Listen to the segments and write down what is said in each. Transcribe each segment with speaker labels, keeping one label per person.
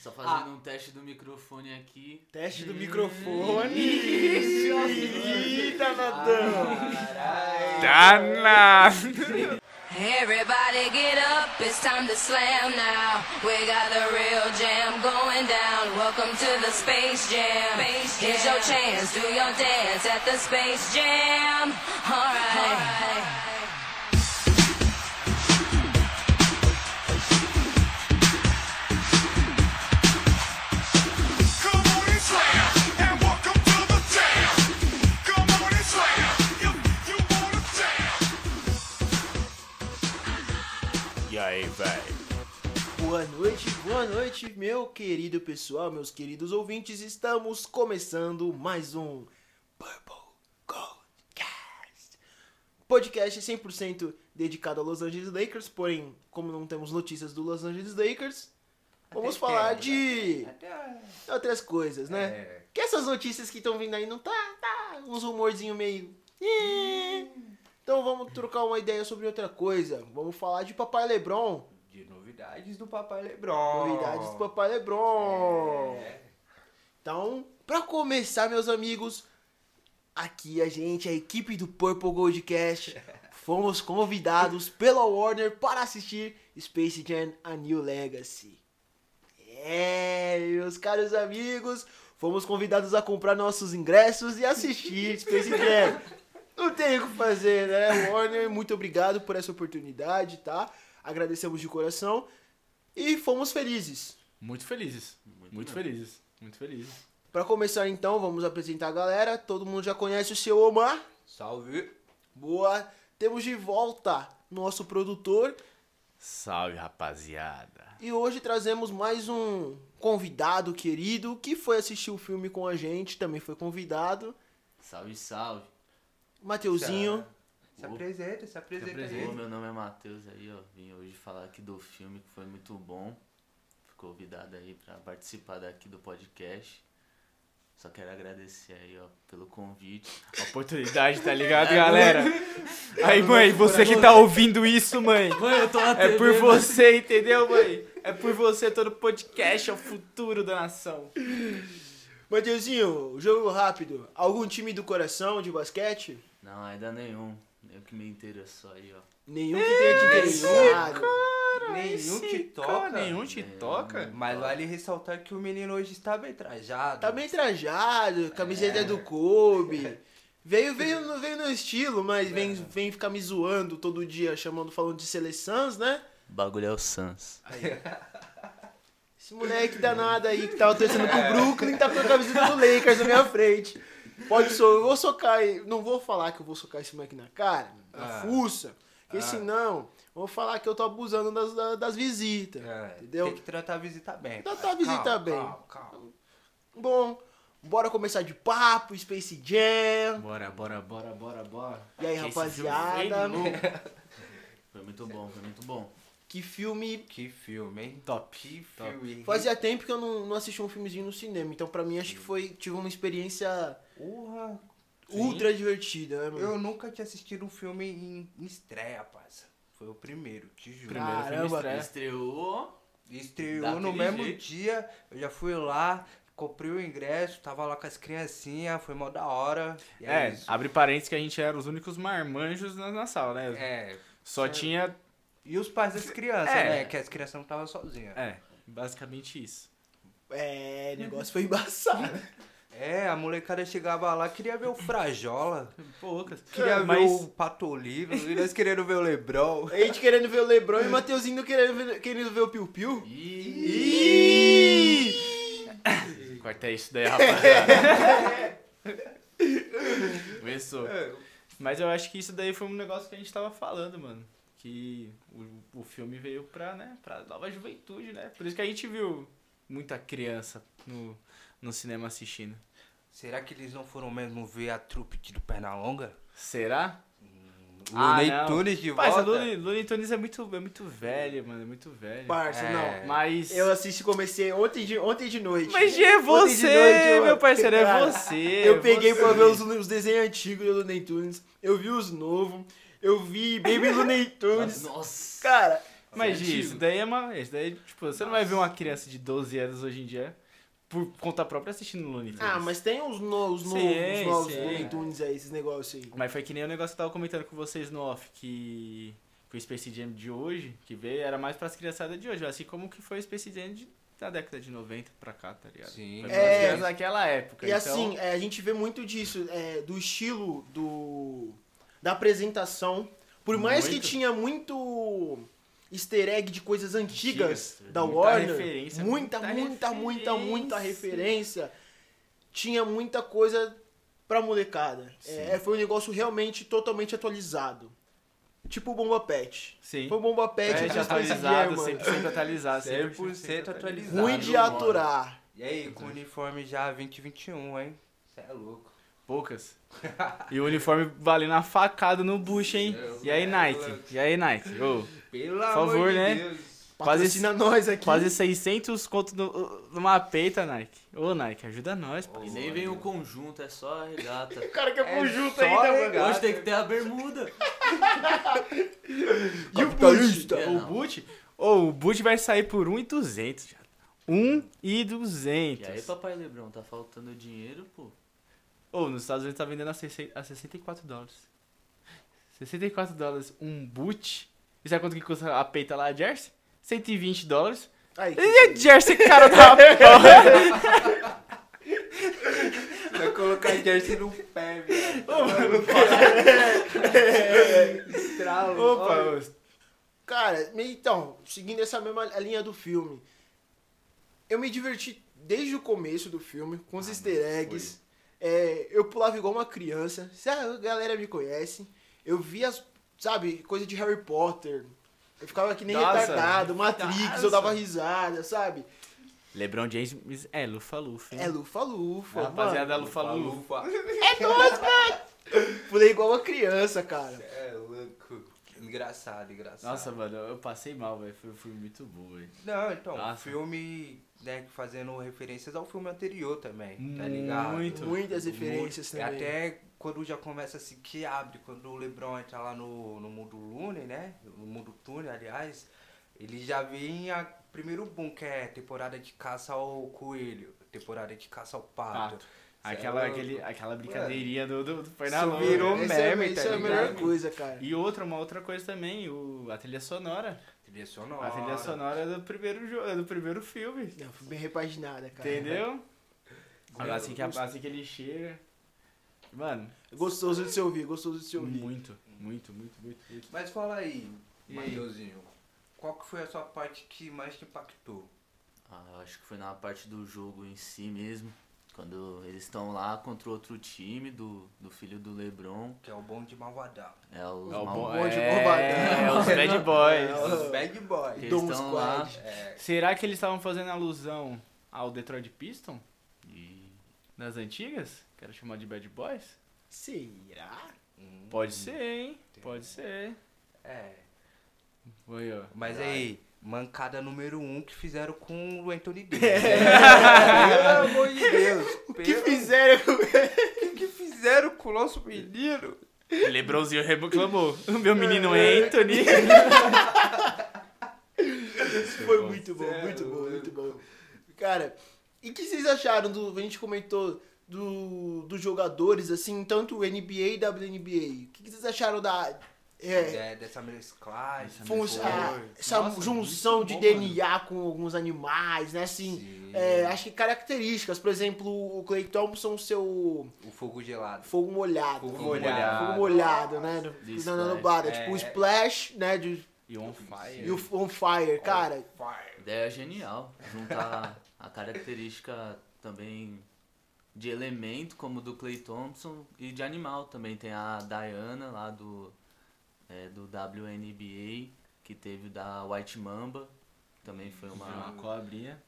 Speaker 1: Só fazendo um teste do microfone aqui.
Speaker 2: Teste do
Speaker 1: Hum.
Speaker 2: microfone.
Speaker 1: Ih,
Speaker 2: Eita, Nadão.
Speaker 1: Caralho.
Speaker 3: Danado.
Speaker 4: Everybody get up, it's time to slam now. We got a real jam going down. Welcome to the Space Jam. Here's your chance, do your dance at the Space Jam. Alright.
Speaker 5: Come on and slam, and welcome to the jam. Come on and slam, if you wanna jam.
Speaker 3: E aí, velho?
Speaker 2: Boa noite, boa noite, meu querido pessoal, meus queridos ouvintes. Estamos começando mais um Purple Goldcast. Podcast 100% dedicado a Los Angeles Lakers, porém, como não temos notícias do Los Angeles Lakers, vamos falar de outras coisas, né? Que essas notícias que estão vindo aí não tá, tá uns rumorzinho meio. "Ih". Então vamos trocar uma ideia sobre outra coisa. Vamos falar de Papai LeBron.
Speaker 6: De novidades do Papai Lebron.
Speaker 2: Novidades do Papai Lebron. Então, pra começar, meus amigos, aqui a gente, a equipe do Purple Goldcast, fomos convidados pela Warner para assistir Space Jam A New Legacy. É, meus caros amigos, fomos convidados a comprar nossos ingressos e assistir Space Jam. Não tem o que fazer, né? Warner, muito obrigado por essa oportunidade, tá? Agradecemos de coração e fomos felizes.
Speaker 3: Muito felizes. Muito, felizes. Muito felizes.
Speaker 2: Pra começar então, vamos apresentar a galera. Todo mundo já conhece o seu Omar.
Speaker 6: Salve.
Speaker 2: Boa. Temos de volta nosso produtor
Speaker 3: Salve, rapaziada.
Speaker 2: e hoje trazemos mais um convidado querido que foi assistir o filme com a gente, também foi convidado,
Speaker 1: Salve, salve.
Speaker 2: Mateuzinho.
Speaker 6: Se apresenta, se apresenta.
Speaker 1: Ô,
Speaker 6: aí.
Speaker 1: meu nome é Matheus aí, ó. Vim hoje falar aqui do filme que foi muito bom. Fui convidado aí pra participar daqui do podcast. Só quero agradecer aí, ó, pelo convite.
Speaker 3: Oportunidade, tá ligado, galera? É Aí, mãe, você que tá ouvindo isso, mãe.
Speaker 1: Mãe, eu tô na
Speaker 3: É por você, entendeu, mãe? É por você todo podcast, é o futuro da nação.
Speaker 2: Mateuzinho, jogo rápido. Algum time do coração de basquete?
Speaker 1: Não, ainda nenhum. Eu que me interessou aí, ó.
Speaker 2: Nenhum que tenha te interessado.
Speaker 6: Nenhum te toca. É,
Speaker 3: Nenhum te toca?
Speaker 6: Mas vale ressaltar que o menino hoje está bem trajado.
Speaker 2: Tá bem trajado,
Speaker 6: É.
Speaker 2: camiseta do Kobe. Veio, veio, no, veio no estilo, mas
Speaker 6: É.
Speaker 2: vem, vem ficar me zoando todo dia, chamando, falando de seleções, né?
Speaker 1: O bagulho é o Sans.
Speaker 2: Esse moleque danado aí que tava torcendo pro Brooklyn tá com a camiseta do Lakers na minha frente. Pode so, eu vou socar, e- não vou falar que eu vou socar esse moleque na cara, na
Speaker 6: Ah.
Speaker 2: fuça, porque senão eu vou falar que eu tô abusando das, da- das visitas,
Speaker 6: É,
Speaker 2: entendeu?
Speaker 6: Tem que tratar a visita bem.
Speaker 2: Tratar
Speaker 6: cara.
Speaker 2: a visita
Speaker 6: Calma,
Speaker 2: bem.
Speaker 6: Calma, calma.
Speaker 2: Bom, bora começar de papo, Space Jam,
Speaker 3: Bora, bora, bora, bora, bora.
Speaker 2: e aí
Speaker 3: Que esse
Speaker 2: rapaziada...
Speaker 3: filme
Speaker 1: Foi muito bom, foi muito bom.
Speaker 2: Que filme.
Speaker 6: Que filme, hein? Top. Que filme. hein?
Speaker 2: Fazia tempo que eu não, não assisti um filmezinho no cinema, então pra mim acho que foi. Tive uma experiência
Speaker 6: Porra.
Speaker 2: ultra divertida, né, mano?
Speaker 3: Hum.
Speaker 6: Eu nunca tinha assistido um filme em em estreia, parça. Foi o primeiro, te juro. Ah,
Speaker 3: Primeiro filme
Speaker 2: Caramba,
Speaker 3: estreia.
Speaker 1: Estreou.
Speaker 6: Estreou
Speaker 1: Daquele
Speaker 6: no mesmo
Speaker 1: jeito.
Speaker 6: dia, eu já fui lá, comprei o ingresso, tava lá com as criancinhas, foi mó da hora. E é,
Speaker 3: É,
Speaker 6: isso.
Speaker 3: abre parênteses que a gente era os únicos marmanjos na, na sala, né?
Speaker 6: É.
Speaker 3: Só tinha.
Speaker 6: E os pais das crianças,
Speaker 3: É.
Speaker 6: né? Que as crianças não estavam sozinhas. É.
Speaker 3: É, basicamente isso.
Speaker 2: É, o negócio foi embaçado.
Speaker 6: É, a molecada chegava lá, queria ver o Frajola,
Speaker 3: Poucas.
Speaker 6: queria
Speaker 3: É, Mas-
Speaker 6: ver o Patolino, e nós querendo ver o Lebron.
Speaker 2: A gente querendo ver o Lebron e o Mateuzinho querendo ver, querendo ver o Piu Piu.
Speaker 3: Corta isso daí, rapaziada. Começou. Mas eu acho que isso daí foi um negócio que a gente tava falando, mano. Que o, o filme veio pra, né, pra nova juventude, né? Por isso que a gente viu muita criança no, no cinema assistindo.
Speaker 6: Será que eles não foram mesmo ver a trupe do Pernalonga?
Speaker 3: Será?
Speaker 6: O
Speaker 3: Ah,
Speaker 6: Looney
Speaker 3: não.
Speaker 6: Tunes de
Speaker 3: Mas o
Speaker 6: volta?
Speaker 3: Looney Looney Tunes é muito, é muito velho, mano. É muito velho.
Speaker 2: Parça,
Speaker 6: É.
Speaker 2: não.
Speaker 3: Mas.
Speaker 2: Eu assisti, comecei ontem de, ontem de noite.
Speaker 3: Mas é
Speaker 2: Ontem de noite,
Speaker 3: você,
Speaker 2: eu-
Speaker 3: meu parceiro, é
Speaker 2: Cara,
Speaker 3: você. é
Speaker 2: Eu peguei
Speaker 3: você.
Speaker 2: pra ver os, os desenhos antigos do Looney Tunes, eu vi os novos, eu vi Baby Looney Tunes.
Speaker 1: Nossa.
Speaker 2: Cara,
Speaker 3: Mas, Gi,
Speaker 1: antigo.
Speaker 3: isso daí é uma. Isso daí, tipo, você não vai ver uma criança de 12 anos hoje em dia por conta própria assistindo Looney Tunes.
Speaker 2: Ah, mas tem uns novos,
Speaker 3: Sim,
Speaker 2: novos, os novos
Speaker 3: sim.
Speaker 2: Looney Tunes aí, esses negócios aí.
Speaker 3: Mas foi que nem o negócio que eu tava comentando com vocês no off, que, que o Space Jam de hoje, que veio, era mais pras criançadas de hoje, assim como que foi o Space Jam de- da década de 90 pra cá, tá ligado?
Speaker 6: Sim.
Speaker 3: Foi
Speaker 2: É,
Speaker 3: pras crianças daquela época.
Speaker 2: E
Speaker 3: então,
Speaker 2: assim, é, a gente vê muito disso, é, do estilo do da apresentação. Por mais
Speaker 3: Muito.
Speaker 2: que tinha muito easter egg de coisas antigas
Speaker 1: Antigas,
Speaker 2: da
Speaker 3: muita
Speaker 2: Warner,
Speaker 3: referência,
Speaker 2: muita,
Speaker 3: muita
Speaker 2: muita, muita, muita
Speaker 3: referência.
Speaker 2: referência, tinha muita coisa pra molecada. É, foi um negócio realmente totalmente atualizado. Tipo o Bomba Pet.
Speaker 3: Sim.
Speaker 2: Foi o Bomba Pet,
Speaker 3: É,
Speaker 2: de
Speaker 3: de
Speaker 2: 2010,
Speaker 3: atualizado,
Speaker 2: mano.
Speaker 3: sempre, sempre atualizado.
Speaker 6: 100%
Speaker 3: sempre, sempre, sempre
Speaker 6: atualizado.
Speaker 2: Ruim de
Speaker 1: mano.
Speaker 2: aturar.
Speaker 6: E aí, com o uniforme já 2021, hein? Você é louco.
Speaker 3: Poucas. E o uniforme valendo a facada no bucho, hein?
Speaker 6: Deus,
Speaker 3: E aí,
Speaker 6: mano.
Speaker 3: Nike? E aí, Nike? Ô,
Speaker 6: Pelo
Speaker 3: favor,
Speaker 6: amor de
Speaker 3: né?
Speaker 6: Deus.
Speaker 3: Quase-
Speaker 2: Patrocina nós aqui.
Speaker 3: quase 600 conto no- numa peita, Nike. Ô, Nike, ajuda nós, pô.
Speaker 1: E nem vem o conjunto, é só a regata.
Speaker 2: O cara quer
Speaker 6: É
Speaker 2: conjunto
Speaker 6: só
Speaker 2: ainda, mano.
Speaker 6: regata.
Speaker 1: Hoje tem que ter a bermuda.
Speaker 2: E o Capitalista.
Speaker 1: É,
Speaker 3: O
Speaker 1: não.
Speaker 3: boot? Ô, o boot vai sair por 1,200, já. 1,200.
Speaker 1: E aí, papai Lebrão, tá faltando dinheiro, pô.
Speaker 3: Ô, nos Estados Unidos tá vendendo a 60 a 64 dólares. 64 dólares um boot. E sabe quanto que custa a peita lá, a Jersey? 120 dólares.
Speaker 2: Aí,
Speaker 3: E a Jersey, cara, da porra.
Speaker 6: Vai colocar jersey no pé, velho. Estralo.
Speaker 3: Opa,
Speaker 6: Olha.
Speaker 3: ô,
Speaker 2: Cara, me- então, seguindo essa mesma linha do filme, eu me diverti desde o começo do filme, com os easter eggs. É, eu pulava igual uma criança. Se a galera me conhece, eu via, as- sabe, coisa de Harry Potter. Eu ficava que nem
Speaker 3: Nossa,
Speaker 2: retardado, Matrix, eu dava risada, sabe?
Speaker 3: LeBron James é lufa-lufa. hein?
Speaker 2: É lufa-lufa,
Speaker 3: Rapaziada, é
Speaker 2: mano.
Speaker 3: lufa-lufa.
Speaker 2: Pulei igual uma criança, cara.
Speaker 6: É louco. Engraçado, engraçado.
Speaker 3: Nossa, mano, eu passei mal, velho. Foi, foi muito bom, velho.
Speaker 6: Não, então, o
Speaker 3: Nossa.
Speaker 6: filme, né, fazendo referências ao filme anterior também, tá ligado?
Speaker 3: Muito.
Speaker 2: Muitas referências
Speaker 6: E
Speaker 2: também.
Speaker 6: até quando já começa a se que abre, quando o Lebron entra lá no, no mundo Lune, né? No mundo Tune, aliás, ele já vem a primeiro boom, que é temporada de caça ao coelho, temporada de caça ao pato.
Speaker 3: Pato. Aquela,
Speaker 6: Cê é
Speaker 3: aquele, aquela brincadeirinha do, do, do
Speaker 6: Isso
Speaker 3: Fernando.
Speaker 6: virou
Speaker 2: Essa é-
Speaker 6: meme, tá
Speaker 2: Isso é a melhor
Speaker 6: ligado?
Speaker 2: coisa, cara.
Speaker 3: E outra, uma outra coisa também, o, a trilha sonora.
Speaker 6: Trilha sonora.
Speaker 3: A trilha sonora do primeiro jogo, do primeiro filme.
Speaker 2: Não, foi bem repaginada, cara.
Speaker 3: Entendeu?
Speaker 6: Agora,
Speaker 3: assim, que, a- assim que ele chega. Mano,
Speaker 2: Gostoso de se ouvir, gostoso de se ouvir.
Speaker 3: muito, muito, muito, muito, muito.
Speaker 6: Mas fala aí,
Speaker 3: E aí?
Speaker 6: Mateuzinho, qual que foi a sua parte que mais te impactou?
Speaker 1: Ah, eu acho que foi na parte do jogo em si mesmo. Quando eles estão lá contra outro time do, do filho do Lebron.
Speaker 6: Que é o bom de Malvadão.
Speaker 1: É os
Speaker 3: É o
Speaker 1: mal-
Speaker 3: bo-
Speaker 2: monte de
Speaker 3: é,
Speaker 2: bobadão.
Speaker 3: é os bad boys.
Speaker 6: Os bad boys.
Speaker 1: que
Speaker 2: Dom
Speaker 1: eles estão lá.
Speaker 2: Squad.
Speaker 3: Será que eles estavam fazendo alusão ao Detroit Piston?
Speaker 1: E
Speaker 3: Das antigas? Quero chamar de bad boys?
Speaker 2: Será?
Speaker 6: Hum,
Speaker 3: Pode ser, hein? Pode ser.
Speaker 6: É.
Speaker 3: Oi, ó.
Speaker 6: Mas aí, mancada número um que fizeram com o Anthony Davis. Pelo amor de Deus. O
Speaker 2: O que fizeram?
Speaker 6: O que fizeram com o nosso menino?
Speaker 3: Lebronzinho reclamou. Meu menino
Speaker 2: É.
Speaker 3: Anthony.
Speaker 2: Foi muito bom,
Speaker 6: Sério,
Speaker 2: muito bom,
Speaker 6: mano.
Speaker 2: muito bom. Cara, e o que vocês acharam do. A gente comentou do, dos jogadores, assim, tanto NBA e WNBA. O que vocês acharam da. É,
Speaker 6: É, dessa mesclagem.
Speaker 2: fun- a- essa
Speaker 3: Nossa,
Speaker 2: junção
Speaker 3: muito
Speaker 2: de
Speaker 3: bom,
Speaker 2: DNA com alguns animais, né? Assim,
Speaker 6: Sim.
Speaker 2: é, acho que características. Por exemplo, o Clay Thompson, seu
Speaker 6: O fogo gelado.
Speaker 2: fogo molhado.
Speaker 6: Fogo
Speaker 3: molhado.
Speaker 2: Fogo molhado, né? No,
Speaker 1: De
Speaker 2: na- na
Speaker 1: splash.
Speaker 2: nubada. Tipo, o
Speaker 6: É.
Speaker 2: splash, né? de-
Speaker 3: E on fire.
Speaker 2: E o On Fire, cara.
Speaker 1: a ideia é genial. Juntar a característica também de elemento, como do Clay Thompson, e de animal também. Tem a Diana lá do, é, do WNBA, que teve o da White Mamba. Também foi
Speaker 3: Uma
Speaker 1: uma.
Speaker 3: cobrinha.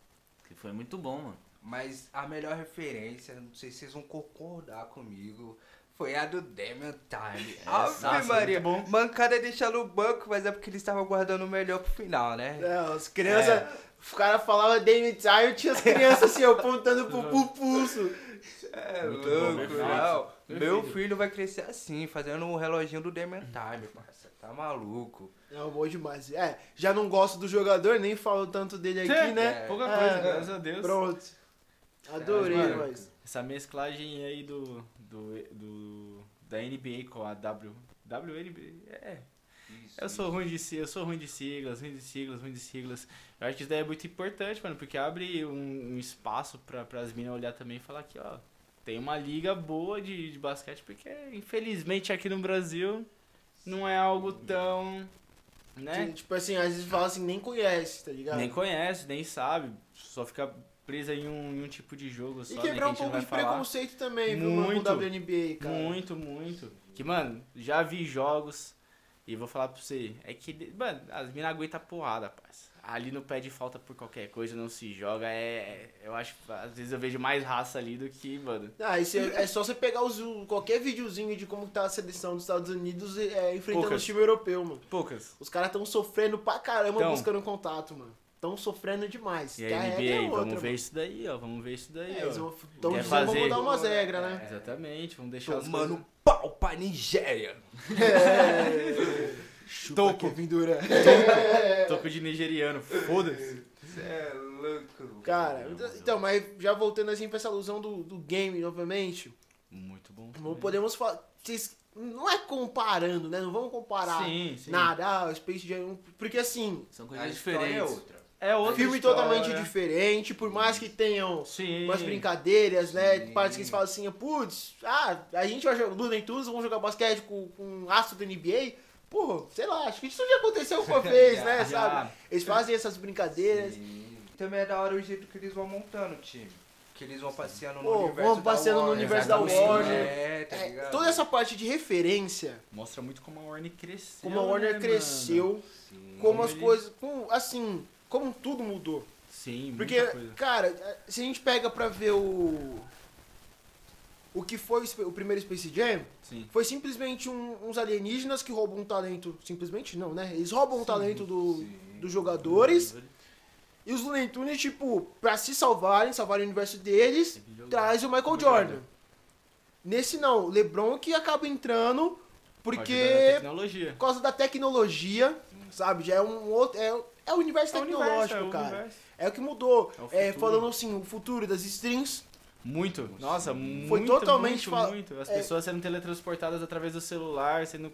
Speaker 1: Que foi muito bom, mano.
Speaker 6: Mas a melhor referência, não sei se vocês vão concordar comigo, foi a do Damian Time. Ave
Speaker 1: nossa,
Speaker 6: Maria. Mancada é deixar no banco, mas é porque eles estavam guardando o melhor pro final, né?
Speaker 2: Não, É, as crianças.
Speaker 3: É.
Speaker 2: O cara falava Damien Time, tinha as crianças assim, apontando pro, pro pulso.
Speaker 6: É
Speaker 1: Muito bom,
Speaker 6: louco,
Speaker 1: perfeito.
Speaker 6: não. Meu
Speaker 3: Perfeito.
Speaker 6: filho vai crescer assim, fazendo o reloginho do Damian Time, parça. Tá maluco.
Speaker 2: Não, bom demais. É, já não gosto do jogador, nem falo tanto dele aqui,
Speaker 3: Sim,
Speaker 2: né?
Speaker 6: é.
Speaker 3: Pouca
Speaker 2: É,
Speaker 3: coisa, graças a Deus.
Speaker 2: Pronto. Adorei,
Speaker 3: Mas, mano,
Speaker 2: mas.
Speaker 3: Essa mesclagem aí do, do, do- da NBA com a W. WNBA, é.
Speaker 6: Isso,
Speaker 3: Eu sou ruim de si- eu sou ruim de siglas, ruim de siglas, ruim de siglas. Eu acho que isso daí é muito importante, mano, porque abre um, um espaço pra, pras minas olhar também e falar que, ó, tem uma liga boa de, de basquete, porque infelizmente aqui no Brasil não é algo tão. né?
Speaker 2: Sim, Tipo assim, às vezes fala assim, nem conhece, tá ligado?
Speaker 3: Nem conhece, nem sabe, só fica presa em um, em um tipo de jogo só,
Speaker 2: e
Speaker 3: né, que a
Speaker 2: quebrar um
Speaker 3: gente não
Speaker 2: pouco
Speaker 3: vai
Speaker 2: de
Speaker 3: falar.
Speaker 2: preconceito também, viu, mano, com
Speaker 3: Muito.
Speaker 2: o WNBA, cara.
Speaker 3: Muito, muito. Que, mano, já vi jogos e vou falar pra você. É que, mano, as minas aguentam porrada, rapaz. Ali não pede falta por qualquer coisa, não se joga. É. Eu acho. Às vezes eu vejo mais raça ali do que, mano.
Speaker 2: Ah, isso é, é só você pegar os, o- qualquer videozinho de como tá a seleção dos Estados Unidos é, enfrentando
Speaker 3: Poucas.
Speaker 2: o time europeu, mano.
Speaker 3: Poucas.
Speaker 2: Os caras tão sofrendo pra caramba
Speaker 3: Então.
Speaker 2: buscando contato, mano. Tão sofrendo demais.
Speaker 3: E
Speaker 2: Que a
Speaker 3: aí,
Speaker 2: regra é
Speaker 3: NBA,
Speaker 2: outra,
Speaker 3: vamos ver
Speaker 2: mano.
Speaker 3: isso daí, ó. Vamos ver isso daí,
Speaker 2: É, eles
Speaker 3: ó.
Speaker 2: vão- tão
Speaker 3: Quer
Speaker 2: dizendo
Speaker 3: fazer-
Speaker 2: vamos mudar umas regras, né?
Speaker 3: Exatamente, vamos deixar as
Speaker 6: Tomando
Speaker 3: coisas-
Speaker 6: pau pra Nigéria.
Speaker 2: É. Chupa
Speaker 3: Toco.
Speaker 2: Kevin Durant. é-
Speaker 3: Toco de nigeriano, foda-se.
Speaker 6: Você é louco.
Speaker 2: Cara, então, mas já voltando assim pra essa alusão do, do game novamente,
Speaker 3: Muito bom.
Speaker 2: não podemos falar. Vocês. Não é comparando, né? Não vamos comparar
Speaker 3: Sim, sim.
Speaker 2: nada, ah, Space Jam 1. Porque assim,
Speaker 1: São
Speaker 6: A
Speaker 1: coisas
Speaker 6: história é
Speaker 1: diferentes.
Speaker 6: outra.
Speaker 3: É outro né?
Speaker 2: filme totalmente diferente, por mais que tenham
Speaker 3: Sim.
Speaker 2: umas brincadeiras, né?
Speaker 6: Sim.
Speaker 2: Partes que eles falam assim, putz, ah, a gente vai jogar Luventus, vamos jogar basquete com, com um astro da NBA. Pô, sei lá, acho que isso já aconteceu uma vez, né?
Speaker 3: Já,
Speaker 2: Sabe? Eles fazem essas brincadeiras.
Speaker 6: Sim. Também é da hora o jeito que eles vão montando o time. Que eles vão passeando no
Speaker 2: Pô,
Speaker 6: universo
Speaker 2: vão
Speaker 6: da
Speaker 2: passeando no
Speaker 6: Warner.
Speaker 2: universo da
Speaker 6: Exatamente.
Speaker 2: Warner.
Speaker 6: É, tá
Speaker 2: É,
Speaker 6: ligado?
Speaker 2: toda essa parte de referência,
Speaker 3: Mostra muito como a Warner cresceu.
Speaker 2: como a
Speaker 3: né,
Speaker 2: Warner
Speaker 3: mano?
Speaker 2: cresceu,
Speaker 6: Sim.
Speaker 2: como
Speaker 3: Como
Speaker 2: as
Speaker 3: ele-
Speaker 2: coisas. Como, assim, como tudo mudou.
Speaker 3: Sim,
Speaker 2: Porque,
Speaker 3: muita coisa.
Speaker 2: cara, se a gente pega pra ver o. O que foi o Sp- o primeiro Space Jam,
Speaker 3: Sim.
Speaker 2: foi simplesmente um- uns alienígenas que roubam um talento. Simplesmente não, né? Eles roubam o talento do, dos jogadores. E os Looney Tunes, tipo, pra se salvarem, salvarem o universo deles, traz o Michael Jordan. Nesse não, o LeBron que acaba entrando
Speaker 3: Ajudando a
Speaker 2: porque
Speaker 3: tecnologia.
Speaker 2: por causa da tecnologia, sabe? Já é um outro, é, é o universo tecnológico,
Speaker 3: É o universo, é o
Speaker 2: cara.
Speaker 3: universo.
Speaker 2: É o que mudou.
Speaker 3: É o
Speaker 2: É,
Speaker 3: futuro.
Speaker 2: falando assim, o futuro das strings,
Speaker 3: Muito. Nossa, muito.
Speaker 2: Foi totalmente
Speaker 3: muito,
Speaker 2: fa-
Speaker 3: muito. As
Speaker 2: é.
Speaker 3: pessoas sendo teletransportadas através do celular, sendo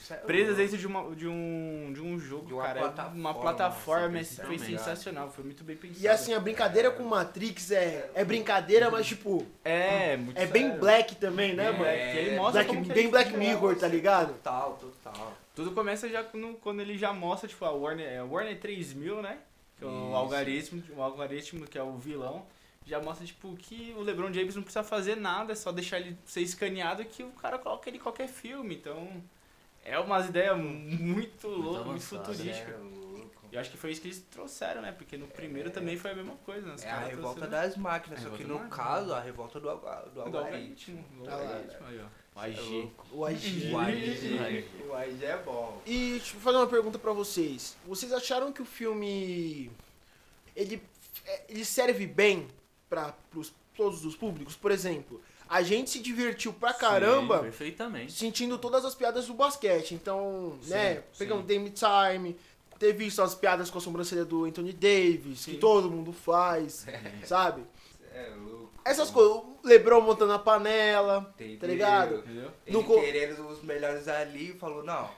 Speaker 6: Isso é
Speaker 3: presas
Speaker 6: louco.
Speaker 3: dentro de, uma, de, um, de um jogo,
Speaker 6: De uma
Speaker 3: cara.
Speaker 6: plataforma,
Speaker 3: uma plataforma.
Speaker 6: nossa,
Speaker 3: foi
Speaker 1: totalmente.
Speaker 3: sensacional. Foi muito bem pensado.
Speaker 2: e assim, a brincadeira com Matrix é, é brincadeira, mas tipo,
Speaker 3: É, muito
Speaker 2: é bem
Speaker 3: sério.
Speaker 2: black também, né,
Speaker 3: É,
Speaker 2: mano?
Speaker 3: que ele mostra
Speaker 2: Black-
Speaker 3: como que é.
Speaker 2: bem
Speaker 3: ele-
Speaker 2: Black Mirror, tá ligado?
Speaker 6: Total, total.
Speaker 3: Tudo começa já no- quando ele já mostra, tipo, a Warner, é, Warner 3000, né? Que é o
Speaker 6: Isso.
Speaker 3: algarismo, o algarismo que é o vilão. Já mostra, tipo, que o LeBron James não precisa fazer nada, é só deixar ele ser escaneado que o cara coloca ele em qualquer filme. Então, é umas ideias muito loucas, muito
Speaker 1: avançado,
Speaker 3: futurísticas.
Speaker 6: É louco.
Speaker 3: Eu acho que foi isso que eles trouxeram, né? Porque no primeiro também foi a mesma coisa. Né? Os
Speaker 6: É a
Speaker 3: caras
Speaker 6: revolta
Speaker 3: trouxeram
Speaker 6: das máquinas,
Speaker 3: É a
Speaker 6: só que
Speaker 3: revolta
Speaker 6: no
Speaker 3: das
Speaker 6: caso, a revolta do, alga- do
Speaker 3: do
Speaker 6: algoritmo.
Speaker 3: algarismo. do
Speaker 2: Ah lá,
Speaker 3: algarismo, Aí, ó. O
Speaker 2: É
Speaker 3: AG.
Speaker 2: O IG.
Speaker 6: O AIG. O AIG é bom.
Speaker 2: E deixa eu fazer uma pergunta pra vocês. Vocês acharam que o filme ele é, ele serve bem para todos os públicos? Por exemplo, a gente se divertiu pra caramba
Speaker 1: Perfeitamente.
Speaker 2: sentindo todas as piadas do basquete. Então,
Speaker 3: Sim,
Speaker 2: né,
Speaker 3: sim.
Speaker 2: pegamos Dame Time, ter visto as piadas com a sobrancelha do Anthony Davis, que
Speaker 3: Sim.
Speaker 2: todo mundo faz, sabe?
Speaker 6: É louco.
Speaker 2: Essas coisas, o LeBron montando a panela,
Speaker 6: Entendeu?
Speaker 2: tá ligado?
Speaker 3: Entendeu?
Speaker 6: Ele
Speaker 2: No co-
Speaker 6: querendo os melhores ali, falou, não.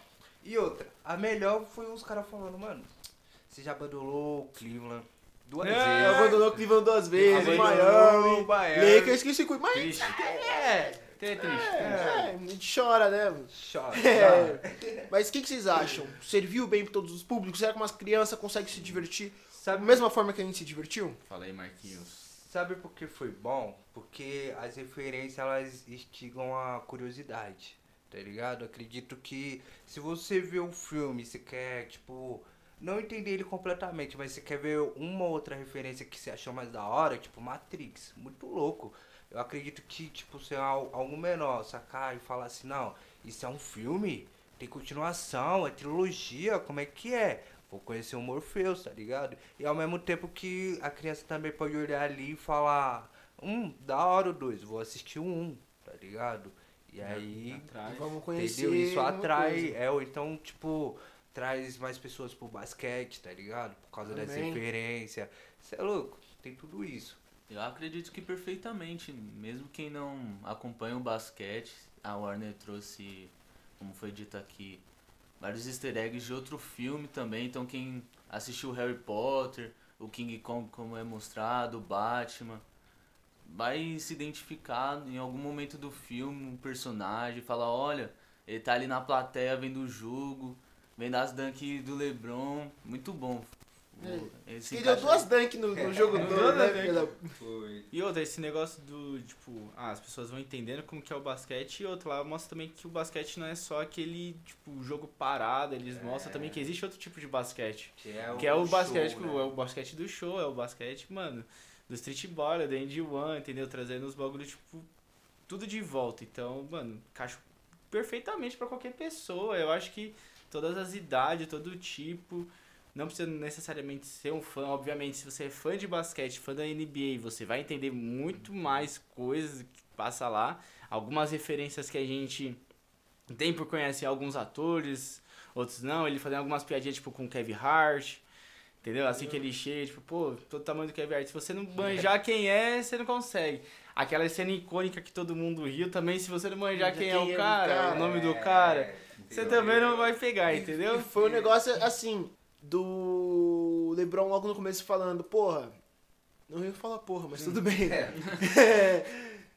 Speaker 6: E outra, a melhor foi os caras falando, mano, você já abandonou o Cleveland duas
Speaker 3: É,
Speaker 2: É,
Speaker 6: vezes.
Speaker 2: abandonou Cleveland duas vezes,
Speaker 6: Abandonou
Speaker 2: Miami,
Speaker 6: o Miami.
Speaker 2: Lakers que se cuida, mas
Speaker 3: Triste.
Speaker 6: É,
Speaker 3: Até é triste.
Speaker 2: É, a gente chora, né? mano?
Speaker 6: chora. chora.
Speaker 2: É. Mas o que, que vocês acham? Serviu bem pra todos os públicos? Será que umas crianças conseguem se divertir da
Speaker 6: Sabe,
Speaker 2: mesma forma que a gente se divertiu?
Speaker 3: Fala aí, Marquinhos.
Speaker 6: sabe por que foi bom? Porque as referências, elas instigam a curiosidade, tá ligado? Acredito que se você vê o filme, se quer, tipo... Não entender ele completamente, mas você quer ver uma outra referência que você achou mais da hora, tipo Matrix, muito louco. Eu acredito que, tipo, se al- algo menor sacar e falar assim, não, isso é um filme, tem continuação, é trilogia, como é que é? Vou conhecer o Morpheus, tá ligado? E ao mesmo tempo que a criança também pode olhar ali e falar, hum, da hora o dois, vou assistir o um, tá ligado? E aí,
Speaker 3: Atrás.
Speaker 2: Vamos conhecer.
Speaker 6: entendeu? Isso
Speaker 2: alguma
Speaker 6: atrai,
Speaker 2: coisa.
Speaker 6: é, ou então, tipo, traz mais pessoas pro basquete, tá ligado? Por causa das
Speaker 2: Também.
Speaker 6: referências. Você é louco, tem tudo isso.
Speaker 1: Eu acredito que perfeitamente, mesmo quem não acompanha o basquete, a Warner trouxe, como foi dito aqui, vários easter eggs de outro filme também. Então quem assistiu Harry Potter, o King Kong como é mostrado, o Batman, vai se identificar em algum momento do filme, um personagem, falar, olha, ele tá ali na plateia vendo o jogo, vendo as dunk do Lebron, muito bom. O- ele se
Speaker 2: É. Ele deu
Speaker 1: encaixa-
Speaker 2: duas dunk no, no jogo
Speaker 3: Deu
Speaker 2: todo, né?
Speaker 3: duas dunk.
Speaker 2: filha?
Speaker 6: Foi.
Speaker 3: E outra, esse negócio do, tipo, ah, as pessoas vão entendendo como que é o basquete. E outro lá, mostra também que o basquete não é só aquele, tipo, jogo parado. Eles mostram também que existe outro tipo de basquete.
Speaker 6: Que é o,
Speaker 3: que é o
Speaker 6: show,
Speaker 3: basquete,
Speaker 6: né?
Speaker 3: é o basquete do show, é o basquete, mano, do street ball, é do Andy One, entendeu? Trazendo os bagulhos, tipo, tudo de volta. Então, mano, encaixo perfeitamente pra qualquer pessoa. Eu acho que todas as idades, todo tipo. Não precisa necessariamente ser um fã. Obviamente, se você é fã de basquete, fã da NBA, você vai entender muito mais coisas que passa lá. Algumas referências que a gente tem por conhecer alguns atores, outros não. Ele fazendo algumas piadinhas, tipo, com o Kevin Hart. Entendeu? Assim que ele chega, tipo, pô, todo tamanho do Kevin Hart. Se você não manjar quem é, você não consegue. Aquela cena icônica que todo mundo riu também, se você não manjar quem, é o cara, o nome
Speaker 6: É,
Speaker 3: do cara, você também não vai pegar, entendeu?
Speaker 2: E foi um negócio assim, do Lebron logo no começo falando, porra. Não ia falar porra, mas tudo bem. Essa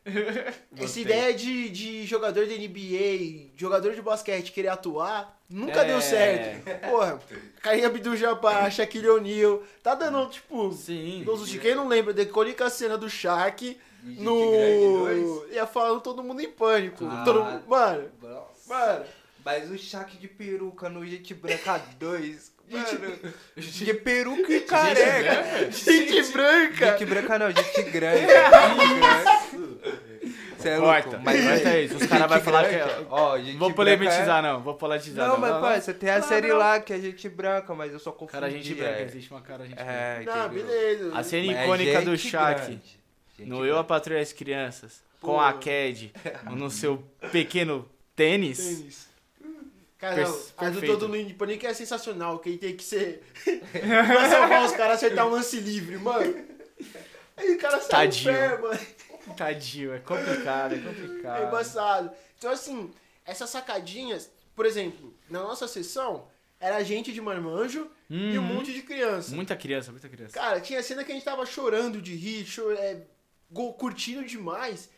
Speaker 3: Gostei.
Speaker 2: ideia de, de jogador de NBA, jogador de basquete querer atuar, nunca
Speaker 3: É.
Speaker 2: deu certo. Porra, Karim Abdul-Jabbar, Shaquille O'Neal, tá dando, tipo,
Speaker 3: Sim.
Speaker 2: todos de quem não lembra da icônica cena do Shaq
Speaker 6: E gente grande dois.
Speaker 2: no... E a falando todo mundo em pânico.
Speaker 6: Ah.
Speaker 2: Todo mundo- Mano,
Speaker 6: Nossa.
Speaker 2: mano,
Speaker 6: Mas o Shaq de peruca no Gente Branca 2.
Speaker 2: Gente-
Speaker 6: Mano, de peruca
Speaker 3: é
Speaker 6: e careca.
Speaker 2: gente branca.
Speaker 6: Gente Branca ah, não, gente grande. Gente grande. Você é louco,
Speaker 3: Corta,
Speaker 6: mas
Speaker 3: corta isso. Os caras vão
Speaker 6: Gente
Speaker 3: falar que. é-
Speaker 6: grande, Ó, gente
Speaker 3: Vou
Speaker 6: branca
Speaker 3: polemizar, não. Vou polemizar,
Speaker 6: Não,
Speaker 3: não.
Speaker 6: mas pai, você tem a
Speaker 3: Não,
Speaker 6: série
Speaker 3: não.
Speaker 6: lá que é gente branca, mas eu só confundi.
Speaker 3: Cara, gente branca,
Speaker 6: é.
Speaker 3: existe uma cara gente branca.
Speaker 6: É,
Speaker 2: Não,
Speaker 6: entendeu?
Speaker 2: beleza.
Speaker 3: A cena
Speaker 6: Mas é
Speaker 3: icônica do
Speaker 6: gente
Speaker 3: Shaq.
Speaker 6: grande. Gente
Speaker 3: No Eu, a Patrulha e as Crianças. Com a Cad. No seu pequeno tênis.
Speaker 2: Tênis. Cara,
Speaker 3: Per-
Speaker 2: não, a do
Speaker 3: perfeito.
Speaker 2: Todo Mundo em Pânico é sensacional, que tem que ser... pra salvar os caras, acertar um lance livre, mano. Aí o cara sai do pé,
Speaker 3: Tadinho.
Speaker 2: mano.
Speaker 3: Tadinho, é complicado, é
Speaker 2: É
Speaker 3: complicado.
Speaker 2: embaçado. Então, assim, essas sacadinhas, por exemplo, na nossa sessão, era gente de marmanjo e um
Speaker 3: Uhum.
Speaker 2: monte de criança.
Speaker 3: Muita criança, muita criança.
Speaker 2: Cara, tinha cena que a gente tava chorando de rir, cho- é, go- curtindo demais.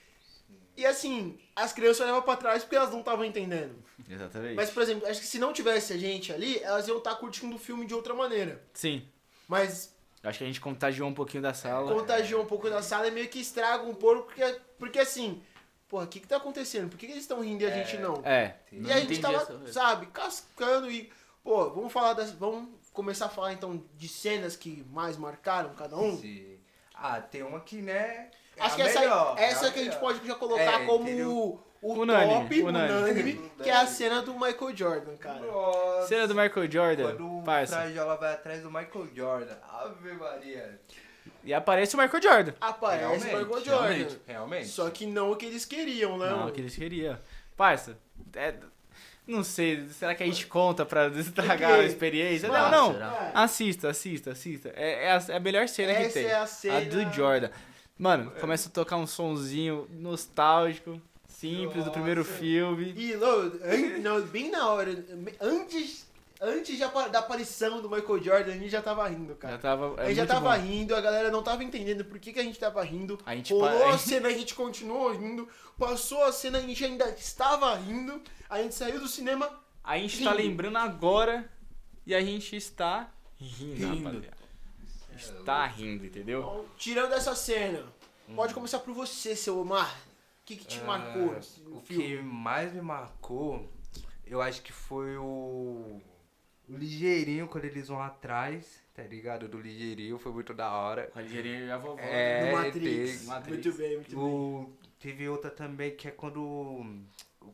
Speaker 2: E assim, as crianças olhavam pra trás porque elas não estavam entendendo.
Speaker 3: Exatamente.
Speaker 2: Mas, por exemplo, acho que se não tivesse a gente ali, elas iam estar curtindo o filme de outra maneira.
Speaker 3: Sim.
Speaker 2: Mas
Speaker 3: Acho que a gente contagiou um pouquinho da sala.
Speaker 2: contagiou um pouco na sala e meio que estraga um pouco, porque, porque assim, porra, o que que tá acontecendo? Por que, que eles estão rindo e a gente não?
Speaker 3: É.
Speaker 2: E a gente
Speaker 1: entendi
Speaker 2: tava,
Speaker 1: essa vez.
Speaker 2: sabe, cascando e. Pô, vamos falar das. Vamos começar a falar então de cenas que mais marcaram cada um.
Speaker 6: Sim. Ah, tem uma que, né? é
Speaker 2: Acho
Speaker 6: a
Speaker 2: que essa, aí-
Speaker 6: melhor, é
Speaker 2: essa
Speaker 6: a
Speaker 2: que a gente
Speaker 6: melhor.
Speaker 2: pode já colocar
Speaker 6: É,
Speaker 2: como
Speaker 6: entendeu?
Speaker 2: o, o
Speaker 3: Unânime,
Speaker 2: top
Speaker 3: unânime.
Speaker 2: unânime, que é a cena do Michael Jordan, cara.
Speaker 6: Nossa.
Speaker 3: Cena do Michael Jordan,
Speaker 6: Quando o
Speaker 2: um
Speaker 3: parça.
Speaker 6: Frajola vai atrás do Michael Jordan. Ave Maria.
Speaker 3: E aparece o Michael Jordan.
Speaker 2: Aparece o
Speaker 6: Realmente,
Speaker 2: Michael Jordan.
Speaker 3: realmente.
Speaker 6: Realmente.
Speaker 2: Só que não o que eles queriam, né?
Speaker 3: Não,
Speaker 2: mano?
Speaker 3: que eles queriam. Parça, é- não sei, será que a gente conta pra estragar a
Speaker 2: Porque-
Speaker 3: experiência?
Speaker 1: Ah,
Speaker 3: não, não.
Speaker 1: será?
Speaker 2: É,
Speaker 3: Assista, assista, assista. É, é a, é a melhor cena que
Speaker 2: essa
Speaker 3: tem.
Speaker 2: é a
Speaker 3: a
Speaker 2: cena.
Speaker 3: do Jordan. Mano, começa a tocar um sonzinho nostálgico, simples, do primeiro filme.
Speaker 2: E, lô, an- não, bem na hora, antes, antes de apa- da aparição do Michael Jordan, a gente já tava rindo, cara.
Speaker 3: Já tava.
Speaker 2: a
Speaker 3: É
Speaker 2: gente já
Speaker 3: muito
Speaker 2: tava
Speaker 3: bom.
Speaker 2: rindo, a galera não tava entendendo por que, que a gente tava rindo.
Speaker 3: A gente
Speaker 2: Rolou
Speaker 3: pa-
Speaker 2: a cena, a gente continuou rindo. Passou a cena, a gente ainda estava rindo. A gente saiu do cinema.
Speaker 3: A gente tá lembrando agora e a gente está rindo,
Speaker 1: Rindo.
Speaker 3: rapaziada. Está rindo, entendeu?
Speaker 2: Bom, Tirando essa cena, pode
Speaker 3: Hum.
Speaker 2: começar por você, seu Omar. O que, que te
Speaker 3: Ah,
Speaker 2: marcou nesse
Speaker 6: É, O que
Speaker 2: filme?
Speaker 6: mais me marcou, eu acho que foi o. O ligeirinho quando eles vão atrás, tá ligado? Do ligeirinho, foi muito da hora.
Speaker 3: Com a ligeirinha e a vovó.
Speaker 6: É.
Speaker 2: Do Matrix.
Speaker 6: tem-
Speaker 3: Matrix.
Speaker 2: Muito bem, muito bem.
Speaker 6: O, teve outra também que é quando.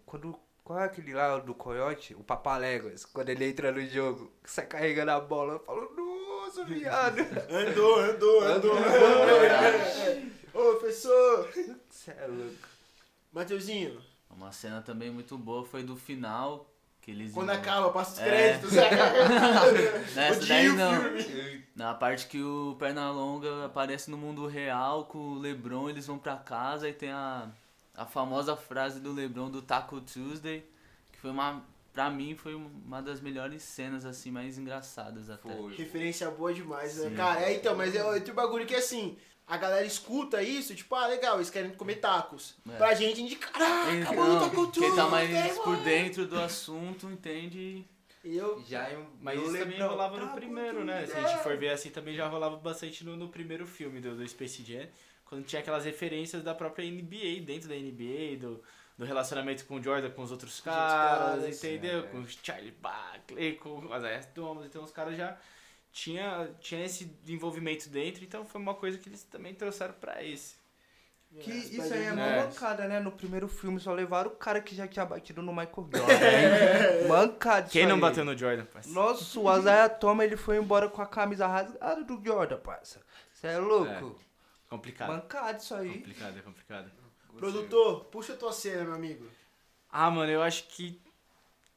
Speaker 6: Quando. Qual é aquele lá do Coyote? O Papaléguas. Quando ele entra no jogo, sai carregando a bola. Eu falo, nossa, viado.
Speaker 2: Andou, andou, andou. andou. Ô, professor.
Speaker 6: Cê é louco.
Speaker 2: Mateuzinho,
Speaker 1: Uma cena também muito boa foi do final, que eles
Speaker 2: Quando
Speaker 1: iam-
Speaker 2: acaba, passa os
Speaker 1: É.
Speaker 2: créditos.
Speaker 1: Nessa
Speaker 2: Odiei
Speaker 1: daí
Speaker 2: o
Speaker 1: não.
Speaker 2: filme.
Speaker 1: Na parte que o Pernalonga aparece no mundo real com o Lebron, eles vão pra casa e tem a, a famosa frase do Lebron do Taco Tuesday, que foi uma. Pra mim foi uma das melhores cenas, assim, mais engraçadas até.
Speaker 2: Referência boa demais, né?
Speaker 1: Sim.
Speaker 2: Cara, é, então, mas é outro bagulho que é assim, a galera escuta isso, tipo, ah, legal, eles querem comer tacos.
Speaker 1: É.
Speaker 2: Pra gente indica, caraca,
Speaker 1: Então,
Speaker 2: mano, tá com tudo.
Speaker 1: quem tá mais
Speaker 2: né,
Speaker 1: por
Speaker 2: mano?"
Speaker 1: dentro do assunto entende.
Speaker 2: E eu,
Speaker 6: Já eu,
Speaker 3: Mas
Speaker 6: eu
Speaker 3: isso
Speaker 6: lembro-
Speaker 3: também rolava no
Speaker 2: tá
Speaker 3: primeiro,
Speaker 6: então
Speaker 2: muito
Speaker 3: né? Se a
Speaker 2: legal.
Speaker 3: gente for ver assim, também já rolava bastante no, no primeiro filme do, do Space Jam, quando tinha aquelas referências da própria NBA, dentro da NBA, do, do relacionamento com o Jordan, com os outros
Speaker 2: outros
Speaker 3: caras,
Speaker 2: caras,
Speaker 3: entendeu?
Speaker 6: é.
Speaker 3: Com o Charlie Buckley, com o Isaiah Thomas, então os caras já tinha, tinha esse envolvimento dentro, então foi uma coisa que eles também trouxeram pra esse.
Speaker 6: Que
Speaker 2: É,
Speaker 6: isso aí é
Speaker 3: né?
Speaker 6: mancada, né? No primeiro filme só levaram o cara que já tinha batido no Michael Jordan. né? Mancada isso
Speaker 3: Quem não
Speaker 6: aí.
Speaker 3: bateu no Jordan, parceiro?
Speaker 6: Nossa, o Isaiah Thomas, ele foi embora com a camisa rasgada do Jordan, parça. Você é louco?
Speaker 3: Complicado.
Speaker 6: Mancada isso aí.
Speaker 3: Complicado, é complicado.
Speaker 2: produtor, puxa a tua cena, meu amigo.
Speaker 3: Ah, mano, eu acho que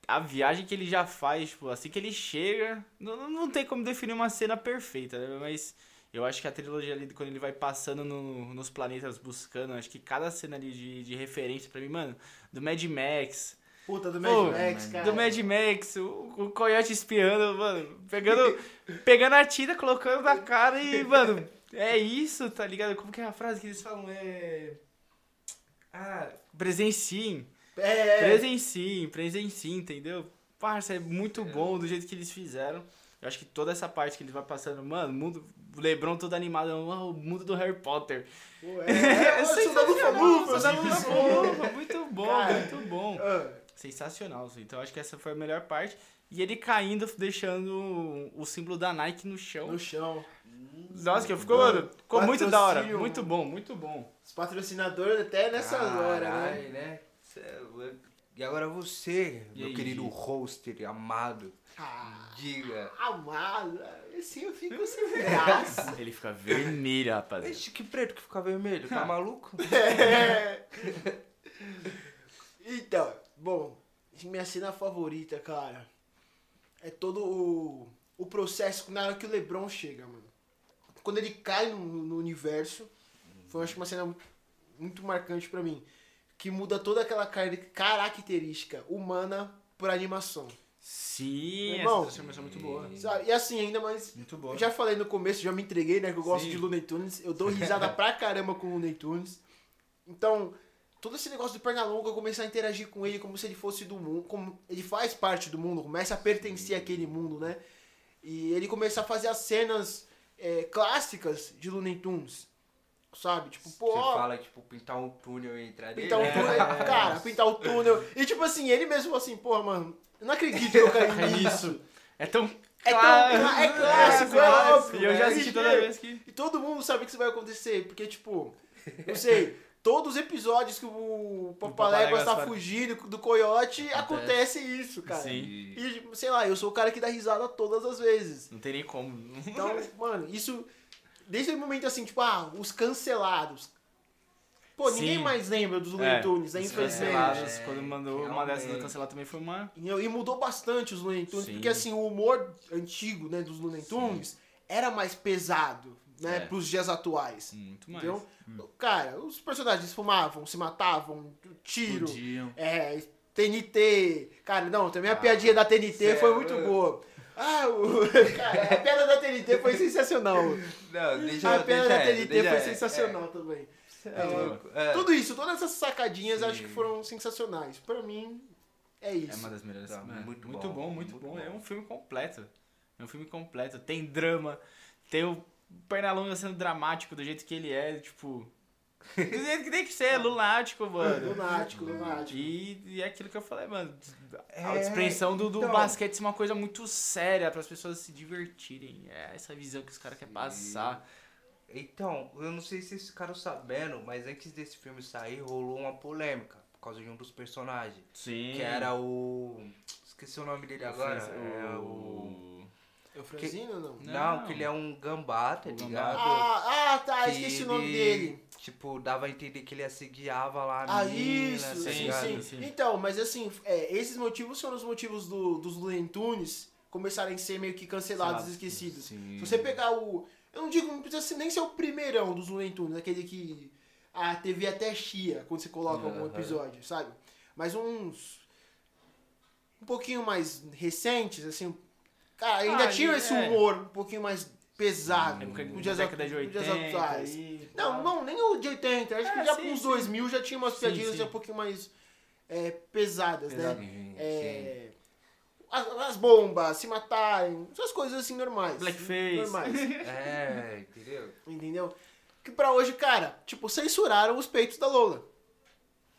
Speaker 3: a viagem que ele já faz, tipo, assim que ele chega, não, não- não tem como definir uma cena perfeita, né? Mas eu acho que a trilogia ali, quando ele vai passando no- nos planetas buscando, acho que cada cena ali de, de referência pra mim, mano, do Mad Max,
Speaker 2: Puta, do Mad
Speaker 3: Pô,
Speaker 2: Max, cara.
Speaker 3: do Mad Max, o, o coiote espiando, mano, pegando, pegando a tinta, colocando na cara e, mano, é isso, tá ligado? Como que é a frase que eles falam? É. Ah, presenciem.
Speaker 2: É, é.
Speaker 3: Presenciem, presenciem, entendeu? Parça, é muito bom do jeito que eles fizeram. Eu acho que toda essa parte que ele vai passando, mano, mundo, o Lebron todo animado, ah, o mundo do Harry Potter.
Speaker 2: Pô, é, é, é soldado Famufa,
Speaker 3: Soldado
Speaker 2: assim, isso.
Speaker 3: Lufa-Lufa, muito bom,
Speaker 2: Cara.
Speaker 3: muito bom.
Speaker 2: Ah,
Speaker 3: Sensacional, assim. então eu acho que essa foi a melhor parte. E ele caindo, deixando o símbolo da Nike no chão.
Speaker 2: no chão.
Speaker 3: Nossa, que ficou, mano, ficou muito da hora.
Speaker 2: Patrocínio,
Speaker 3: Muito bom, muito bom.
Speaker 2: Os patrocinadores até nessa hora, né?
Speaker 6: Caralho, né? Cê é louco. E agora você,
Speaker 3: E
Speaker 6: meu
Speaker 3: aí,
Speaker 6: querido
Speaker 3: Gi?
Speaker 6: hoster amado, né?
Speaker 2: Ah,
Speaker 6: diga.
Speaker 2: amado. Assim eu fico sem graça.
Speaker 3: Ele fica vermelho, rapaziada.
Speaker 6: Ixi, que preto que fica vermelho, tá maluco?
Speaker 2: É. então, bom, minha cena favorita, cara, é todo o, o processo na hora que o Lebron chega, mano. Quando ele cai no, no universo, foi acho que uma cena muito marcante pra mim. Que muda toda aquela car- característica humana por animação.
Speaker 3: Sim,
Speaker 2: Irmão,
Speaker 3: essa transformação é muito boa.
Speaker 2: Sabe? E assim, ainda mais.
Speaker 3: Muito
Speaker 2: Eu
Speaker 3: boa.
Speaker 2: já falei no começo, já me entreguei, né? Que eu gosto
Speaker 3: Sim.
Speaker 2: de Looney Tunes. Eu dou risada pra caramba com o Looney Tunes. Então, todo esse negócio do Pernalonga, eu começar a interagir com ele como se ele fosse do mundo. Como ele faz parte do mundo, começa a pertencer àquele mundo, né? E ele começar a fazer as cenas é, clássicas de Looney Tunes. Sabe? Tipo, pô,
Speaker 6: Você
Speaker 2: ó,
Speaker 6: fala, tipo, pintar um túnel e entrar
Speaker 2: pintar um
Speaker 6: nele,
Speaker 2: túnel.
Speaker 6: né?
Speaker 3: É.
Speaker 2: Cara, pintar o túnel. E tipo assim, ele mesmo falou assim, porra, mano, eu não acredito que eu caí nisso.
Speaker 3: É tão
Speaker 2: É tão clá- é clássico, é óbvio,
Speaker 3: E assim, eu já
Speaker 2: né?
Speaker 3: assisti toda vez que.
Speaker 2: E todo mundo sabe que isso vai acontecer, porque, tipo, não sei, todos os episódios que o Papaléguas
Speaker 3: Papaléguas
Speaker 2: tá
Speaker 3: faz-
Speaker 2: fugindo do coiote, acontece isso, cara.
Speaker 3: Sim.
Speaker 2: E, tipo, sei lá, eu sou o cara que dá risada todas as vezes.
Speaker 3: Não tem nem como.
Speaker 2: Então, mano, isso. Desde o momento assim, tipo, ah, os cancelados. Pô,
Speaker 3: Sim. É,
Speaker 2: ninguém mais lembra dos Looney Tunes, né?
Speaker 3: os
Speaker 2: Infelizmente.
Speaker 3: cancelados, Quando mandou uma dessas do
Speaker 6: realmente.
Speaker 3: cancelar também foi uma.
Speaker 2: E e mudou bastante os Looney Tunes,
Speaker 3: Sim.
Speaker 2: porque assim, o humor antigo, né, dos Looney Tunes era mais pesado, né,
Speaker 3: É.
Speaker 2: pros dias atuais.
Speaker 3: Muito mais.
Speaker 2: Entendeu? Cara, os personagens fumavam, se matavam, tiro,
Speaker 1: Podiam.
Speaker 2: é, TNT. Cara, não, também a
Speaker 6: Ah,
Speaker 2: piadinha da TNT foi
Speaker 6: sério?
Speaker 2: muito boa. Ah, o... cara, a piada da TNT foi sensacional.
Speaker 6: Não, deixa
Speaker 2: Ah, a
Speaker 6: eu-
Speaker 2: piada
Speaker 6: deixa
Speaker 2: da
Speaker 6: ela,
Speaker 2: TNT
Speaker 6: deixa
Speaker 2: foi
Speaker 6: ela.
Speaker 2: sensacional também.
Speaker 6: É, é louco. É.
Speaker 2: Tudo isso, todas essas sacadinhas
Speaker 6: Sim.
Speaker 2: acho que foram sensacionais. Pra mim, é
Speaker 3: É
Speaker 2: isso.
Speaker 3: uma das melhores.
Speaker 6: Tá,
Speaker 3: mano,
Speaker 6: muito
Speaker 3: muito
Speaker 6: bom,
Speaker 3: bom, muito,
Speaker 6: muito
Speaker 3: bom.
Speaker 6: bom.
Speaker 3: É um filme completo. É um filme completo. Tem drama, tem o Pernalonga sendo dramático do jeito que ele é, tipo. Do jeito que tem que ser, lunático, mano.
Speaker 2: Lunático, lunático.
Speaker 3: E, e é aquilo que eu falei, mano. A
Speaker 6: É,
Speaker 3: expressão do, do
Speaker 6: então.
Speaker 3: basquete ser uma coisa muito séria para as pessoas se divertirem. É essa visão que os caras querem passar.
Speaker 6: Então, eu não sei se vocês ficaram sabendo, mas antes desse filme sair, rolou uma polêmica por causa de um dos personagens.
Speaker 3: Sim.
Speaker 6: Que era o. Esqueci o nome dele agora. É o.
Speaker 3: o.
Speaker 2: É o Franzino ou não?
Speaker 6: Não,
Speaker 3: Não.
Speaker 6: que ele é um gambá, tá
Speaker 3: O gambá.
Speaker 6: ligado?
Speaker 2: Ah, ah, tá,
Speaker 6: Que
Speaker 2: esqueci o nome
Speaker 6: ele-
Speaker 2: dele.
Speaker 6: Tipo, dava a entender que ele ia se guiava lá
Speaker 2: Ah,
Speaker 6: menina,
Speaker 2: isso,
Speaker 6: tá
Speaker 2: sim,
Speaker 6: ligado?
Speaker 2: sim,
Speaker 3: sim.
Speaker 2: Então, mas assim, é, esses motivos foram os motivos do- dos Looney Tunes começarem a ser meio que cancelados e esquecidos.
Speaker 6: Sim.
Speaker 2: Se você pegar o. Eu não digo, não precisa ser- nem ser o primeirão dos Looney Tunes, aquele que a TV até chia quando você coloca algum
Speaker 6: Aham.
Speaker 2: episódio, sabe? Mas uns. Um pouquinho mais recentes, assim. Cara, ainda
Speaker 3: Ah,
Speaker 2: tinha
Speaker 3: e-
Speaker 2: esse
Speaker 3: é.
Speaker 2: humor um pouquinho mais pesado.
Speaker 3: Época
Speaker 2: com
Speaker 3: de-
Speaker 2: dias
Speaker 3: década de
Speaker 2: atu- com dias
Speaker 3: 80.
Speaker 2: atuais.
Speaker 3: aí,
Speaker 2: Não,
Speaker 3: pá.
Speaker 2: não, nem o de 80. né? Acho
Speaker 3: É,
Speaker 2: que já
Speaker 3: sim,
Speaker 2: com os
Speaker 3: sim.
Speaker 2: 2000 já tinha umas
Speaker 3: Sim,
Speaker 2: piadinhas
Speaker 3: sim.
Speaker 2: já um pouquinho mais é, pesadas, né?
Speaker 6: Sim, sim.
Speaker 2: É, as, as bombas, se matarem, essas coisas assim normais.
Speaker 3: Blackface.
Speaker 2: Normais,
Speaker 6: É, entendeu?
Speaker 2: entendeu? Que pra hoje, cara, tipo, censuraram os peitos da Lola.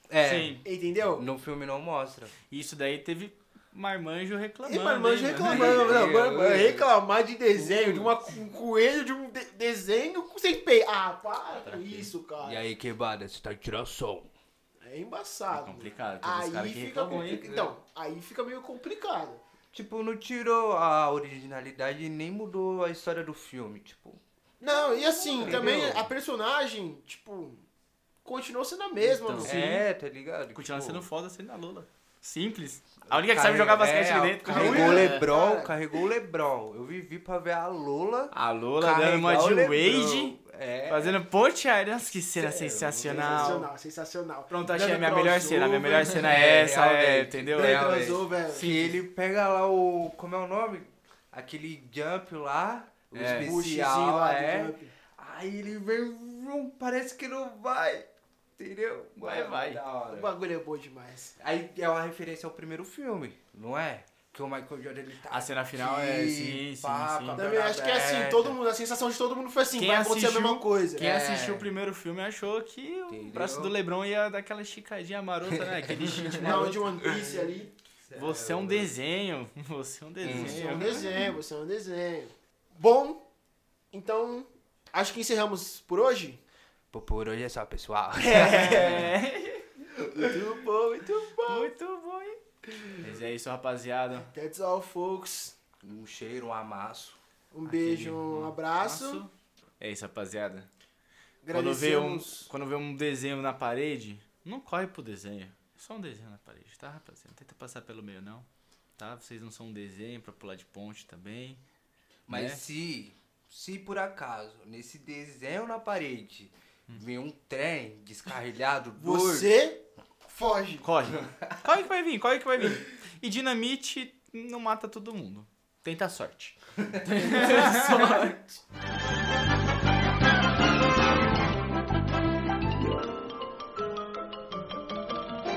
Speaker 6: É,
Speaker 3: Sim.
Speaker 2: Entendeu?
Speaker 6: no filme não mostra.
Speaker 3: Isso daí teve Marmanjo reclamando.
Speaker 2: E marmanjo
Speaker 3: hein, mano?
Speaker 2: reclamando, não,
Speaker 6: Meu
Speaker 2: mano,
Speaker 6: Deus.
Speaker 2: reclamar de desenho, de uma, um coelho de um de- desenho sem peito. Ah, para com isso, cara.
Speaker 6: E aí, quebrada, você tá de tiração.
Speaker 2: É embaçado.
Speaker 3: É complicado, tem uns
Speaker 2: Aí
Speaker 3: caras que
Speaker 2: fica
Speaker 3: reclamam, hein?
Speaker 2: complicado. Então, aí fica meio complicado.
Speaker 6: Tipo, não tirou a originalidade e nem mudou a história do filme, tipo.
Speaker 2: Não, e assim,
Speaker 6: Entendeu?
Speaker 2: também a personagem, tipo, continuou sendo a mesma.
Speaker 1: Então,
Speaker 2: mano.
Speaker 3: Sim.
Speaker 6: É, tá ligado?
Speaker 3: Continuando
Speaker 6: Tipo,
Speaker 3: sendo foda sendo a Lula. Simples. A única que sabe jogar basquete
Speaker 6: é,
Speaker 3: ali dentro.
Speaker 6: Carregou o
Speaker 2: É.
Speaker 6: Lebron,
Speaker 2: Cara.
Speaker 6: carregou o Lebron. Eu vivi pra ver a Lola.
Speaker 3: A Lula dando uma
Speaker 6: carregar
Speaker 3: de
Speaker 6: o Lebron.
Speaker 3: Wade.
Speaker 6: É.
Speaker 3: Fazendo pontear. Nossa, que cena sensacional.
Speaker 2: Sensacional, sensacional.
Speaker 3: Pronto, achei
Speaker 2: Dando
Speaker 3: a minha melhor
Speaker 2: crossover.
Speaker 3: cena. Minha melhor cena é essa, é,
Speaker 6: realmente.
Speaker 3: entendeu?
Speaker 2: Dando
Speaker 6: É,
Speaker 2: crossover.
Speaker 6: Que ele pega lá o. Como é o nome? Aquele jump lá. O
Speaker 3: É.
Speaker 2: O
Speaker 6: especial
Speaker 2: pushzinho lá
Speaker 6: lá
Speaker 2: do
Speaker 6: é.
Speaker 2: jump.
Speaker 6: Aí ele vem. vrum, Parece que não vai. Entendeu?
Speaker 3: Vai,
Speaker 6: Mano,
Speaker 3: vai.
Speaker 6: da
Speaker 2: O
Speaker 6: hora.
Speaker 2: bagulho é bom demais.
Speaker 6: Aí é uma referência ao primeiro filme, não é? Que o Michael Jordan ele tá.
Speaker 3: A cena final é, sim, sim, sim.
Speaker 6: com a
Speaker 2: Também
Speaker 6: perna
Speaker 2: acho que é assim,
Speaker 6: aberta.
Speaker 2: todo mundo, a sensação de todo mundo foi assim,
Speaker 3: Quem
Speaker 2: vai acontecer a
Speaker 3: assistiu-
Speaker 2: mesma coisa.
Speaker 3: Quem
Speaker 6: É.
Speaker 3: assistiu o primeiro filme achou que o
Speaker 6: Entendeu?
Speaker 3: braço do Lebron ia dar aquela esticadinha marota, né? Aquele chute
Speaker 2: Não,
Speaker 3: maroto.
Speaker 2: de One Piece ali.
Speaker 3: Você é um desenho. Você
Speaker 2: Você é
Speaker 3: é um
Speaker 2: um
Speaker 3: desenho.
Speaker 2: desenho, você é um desenho. Bom, então, acho que encerramos por hoje.
Speaker 6: Pô, Por hoje é só, pessoal.
Speaker 3: É.
Speaker 2: Muito bom, muito bom.
Speaker 3: Muito bom, hein? Mas é isso, rapaziada.
Speaker 2: That's all, folks.
Speaker 6: Um cheiro, um amasso.
Speaker 2: Um beijo, um abraço.
Speaker 3: É isso, rapaziada. Quando vê, um,
Speaker 2: Agradecemos.
Speaker 3: quando vê um desenho na parede, não corre pro desenho. É Só um desenho na parede, tá, rapaziada? Não tenta passar pelo meio, não. Tá? Vocês não são um desenho pra pular de ponte também.
Speaker 6: Mas
Speaker 3: Né?
Speaker 6: se, se por acaso, nesse desenho na parede, vem um trem descarrilhado, doido.
Speaker 2: Você foge.
Speaker 3: Corre. corre que vai vir, corre que vai vir. E dinamite não mata todo mundo. Tenta a sorte.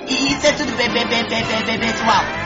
Speaker 7: E Isso é tudo, bebê, bebê, bebê, pessoal.